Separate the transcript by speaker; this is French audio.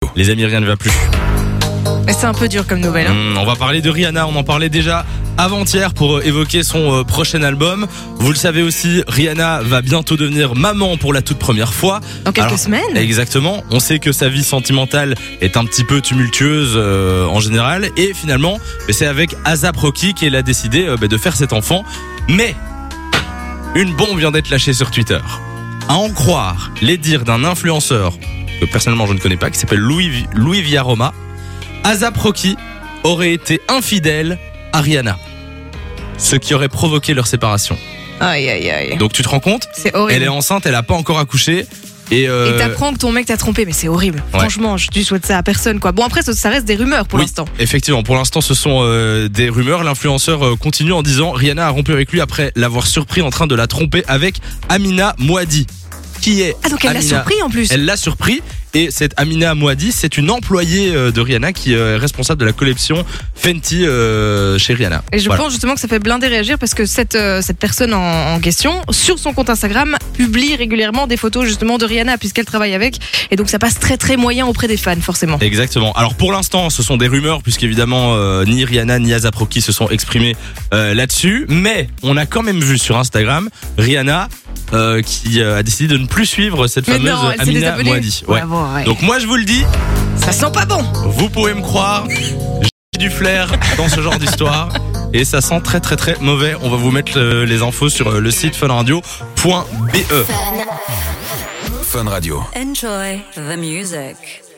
Speaker 1: bientôt.
Speaker 2: Les amis, rien ne va plus.
Speaker 3: Mais C'est un peu dur comme nouvelle. hein.
Speaker 2: Hum, on va parler de Rihanna, on en parlait déjà avant-hier pour euh, évoquer son euh, prochain album. Vous le savez aussi, Rihanna va bientôt devenir maman pour la toute première fois.
Speaker 3: Dans quelques
Speaker 2: Mm. Alors,
Speaker 3: semaines.
Speaker 2: Exactement, on sait que sa vie sentimentale est un petit peu tumultueuse euh, en général et finalement mais c'est avec Azap Rocky qu'elle a décidé euh, bah, de faire cet enfant. Mais une bombe vient d'être lâchée sur Twitter. À en croire les dires d'un influenceur que personnellement je ne connais pas, qui s'appelle Louis, Louis Villaroma, Azap Rocky aurait été infidèle à Rihanna. Ce qui aurait provoqué leur séparation.
Speaker 3: Aïe, aïe, aïe.
Speaker 2: Donc tu te rends compte
Speaker 3: C'est
Speaker 2: Elle
Speaker 3: horrible.
Speaker 2: est enceinte, elle n'a pas encore accouché. Et, euh,
Speaker 3: Et t'apprends que ton mec t'a trompé, mais c'est horrible. Franchement, je tu souhaites ça à personne, quoi. Bon, après, ça, ça reste des rumeurs pour
Speaker 2: Oui.
Speaker 3: l'instant.
Speaker 2: Effectivement, pour l'instant, ce sont euh, des rumeurs. L'influenceur euh, continue en disant Rihanna a rompu avec lui après l'avoir surpris en train de la tromper avec Amina Moadi, qui est
Speaker 3: Ah, donc elle l'a
Speaker 2: Amina.
Speaker 3: surpris en plus.
Speaker 2: Elle l'a surpris et cette Amina Moadi, c'est une employée euh, de Rihanna qui euh, est responsable de la collection Fenty euh, chez Rihanna.
Speaker 3: Et je
Speaker 2: Voilà.
Speaker 3: pense justement que ça fait blinder réagir parce que cette, euh, cette personne en, en question, sur son compte Instagram, publie régulièrement des photos justement de Rihanna puisqu'elle travaille avec. Et donc ça passe très très moyen auprès des fans, forcément.
Speaker 2: Exactement. Alors pour l'instant, ce sont des rumeurs puisqu'évidemment euh, ni Rihanna ni Asa Proki se sont exprimés euh, là-dessus, mais on a quand même vu sur Instagram Rihanna euh, qui euh, a décidé de ne plus suivre cette
Speaker 3: Mais
Speaker 2: fameuse
Speaker 3: non, elle s'est
Speaker 2: Amina
Speaker 3: désabonnée.
Speaker 2: Moadi. Ouais.
Speaker 3: Bravo, ouais.
Speaker 2: Donc moi je vous le dis,
Speaker 3: ça sent pas bon.
Speaker 2: vous pouvez me croire, j'ai du flair dans ce genre d'histoire et ça sent très très très mauvais. On va vous mettre euh, les infos sur euh, le site funradio.be.
Speaker 1: Fun Radio.
Speaker 4: Enjoy the music.